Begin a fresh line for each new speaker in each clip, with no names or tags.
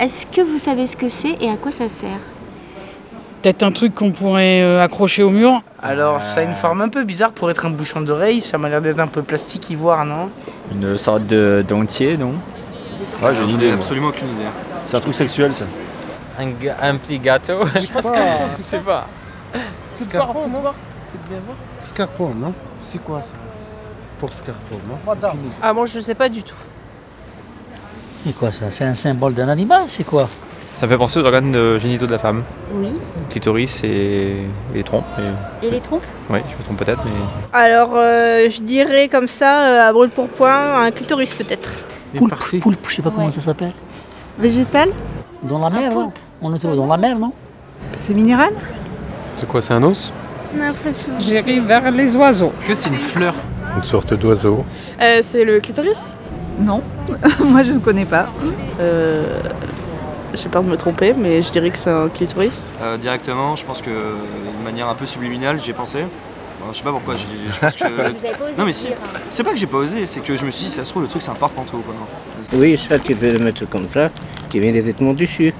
Est-ce que vous savez ce que c'est et à quoi ça sert
Peut-être un truc qu'on pourrait euh, accrocher au mur.
Alors, ça a une forme un peu bizarre pour être un bouchon d'oreille. Ça m'a l'air d'être un peu plastique ivoire, non
Une sorte de dentier, non
Ouais, j'ai une idée. moi.
Absolument aucune idée.
C'est un truc sexuel, ça.
Un, ga- un petit gâteau Je pense que je sais pas.
Scarpo, non
Scarpo, non
C'est quoi ça
Pour Scarpo, non
Ah, moi, je sais pas du tout.
C'est quoi ça C'est un symbole d'un animal C'est quoi
Ça me fait penser aux organes euh, génitaux de la femme.
Oui.
Clitoris et, et trompes. et-
Et les trompes
Oui, je me trompe peut-être, mais.
Alors, euh, je dirais comme ça, euh, à brûle pour point, un clitoris peut-être.
Poulpe, poulpe, je sais pas comment
Ouais.
ça s'appelle.
Végétal
Dans la mer, non On le trouve dans la mer, non
C'est minéral
C'est quoi, c'est un os
L'impression.
J'irai vers les oiseaux.
Que c'est une fleur.
Une sorte d'oiseau.
c'est le clitoris
Non, moi je ne connais pas. Euh, J'ai peur de me tromper, mais je dirais que c'est un clitoris.
Euh, directement, je pense que euh, d'une manière un peu subliminale, j'ai pensé. Enfin, je sais pas pourquoi, j'ai- je pense que.
Vous avez pas osé
non, mais
le
si.
dire, hein.
C'est pas que j'ai pas osé, c'est que je me suis dit, ça se trouve, le truc, c'est un porte-manteau, quoi.
Oui, ça, tu peux le mettre comme ça, tu mets les vêtements dessus.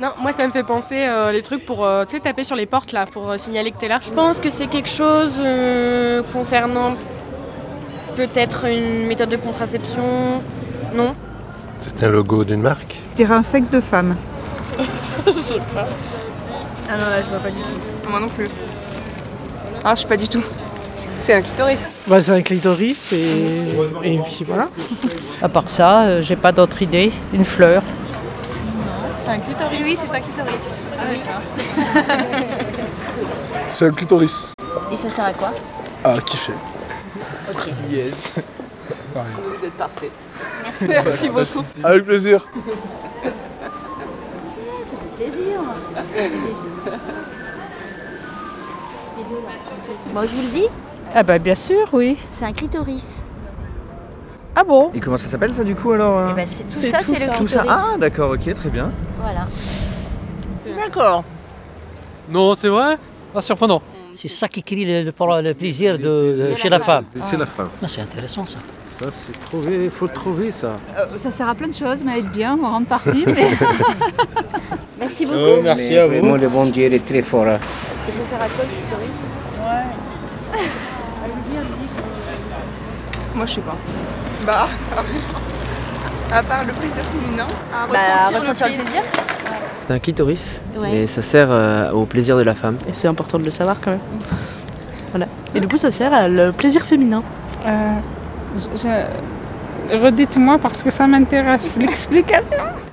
Non, moi ça me fait penser euh, les trucs pour euh, tu sais, taper sur les portes là, pour euh, signaler que t'es là.
Je pense que c'est quelque chose euh, concernant peut-être une méthode de contraception. Non
C'est un logo d'une marque
Je dirais un sexe de femme.
Je sais pas.
Ah non, là je vois pas du tout. Moi non plus.
Ah, je sais pas du tout.
C'est un clitoris.
Bah, c'est un clitoris et, et puis voilà.
À part ça, euh, j'ai pas d'autre idée. Une fleur.
C'est un clitoris. Oui, c'est un clitoris.
C'est un clitoris.
Et ça sert à quoi
Ah, kiffer.
Ok.
Yes.
Vous êtes parfait.
Merci.
Merci beaucoup.
Avec plaisir.
Ça fait plaisir. Bon, je vous le dis,
Ah bah bien sûr, oui.
c'est un clitoris.
Ah bon
Et comment ça s'appelle, ça, du coup, alors hein
Eh ben, c'est tout
C'est
ça, c'est le
Tout ça.
clitoris.
Ah, d'accord, ok, très bien.
Voilà.
D'accord.
Non, c'est vrai Pas surprenant.
C'est ça qui crée le, le- le plaisir de, de- chez la femme.
C'est la femme.
Ah, c'est intéressant ça.
Ça, c'est trouvé, faut trouver ça.
Euh, ça sert à plein de choses, mais à être bien, en grande partie. mais-
Merci beaucoup.
Oh, Mais Vraiment, le bon Dieu, il est très fort. hein.
Et ça sert à quoi le clitoris
Moi, je sais pas. Bah, à part le plaisir féminin, à
Bah, ressentir le plaisir.
C'est un clitoris
Ouais.
et ça sert euh, au plaisir de la femme.
Et c'est important de le savoir quand même. Voilà. Et du coup, ça sert à le plaisir féminin.
Euh, je- je- Redites-moi parce que ça m'intéresse l'explication.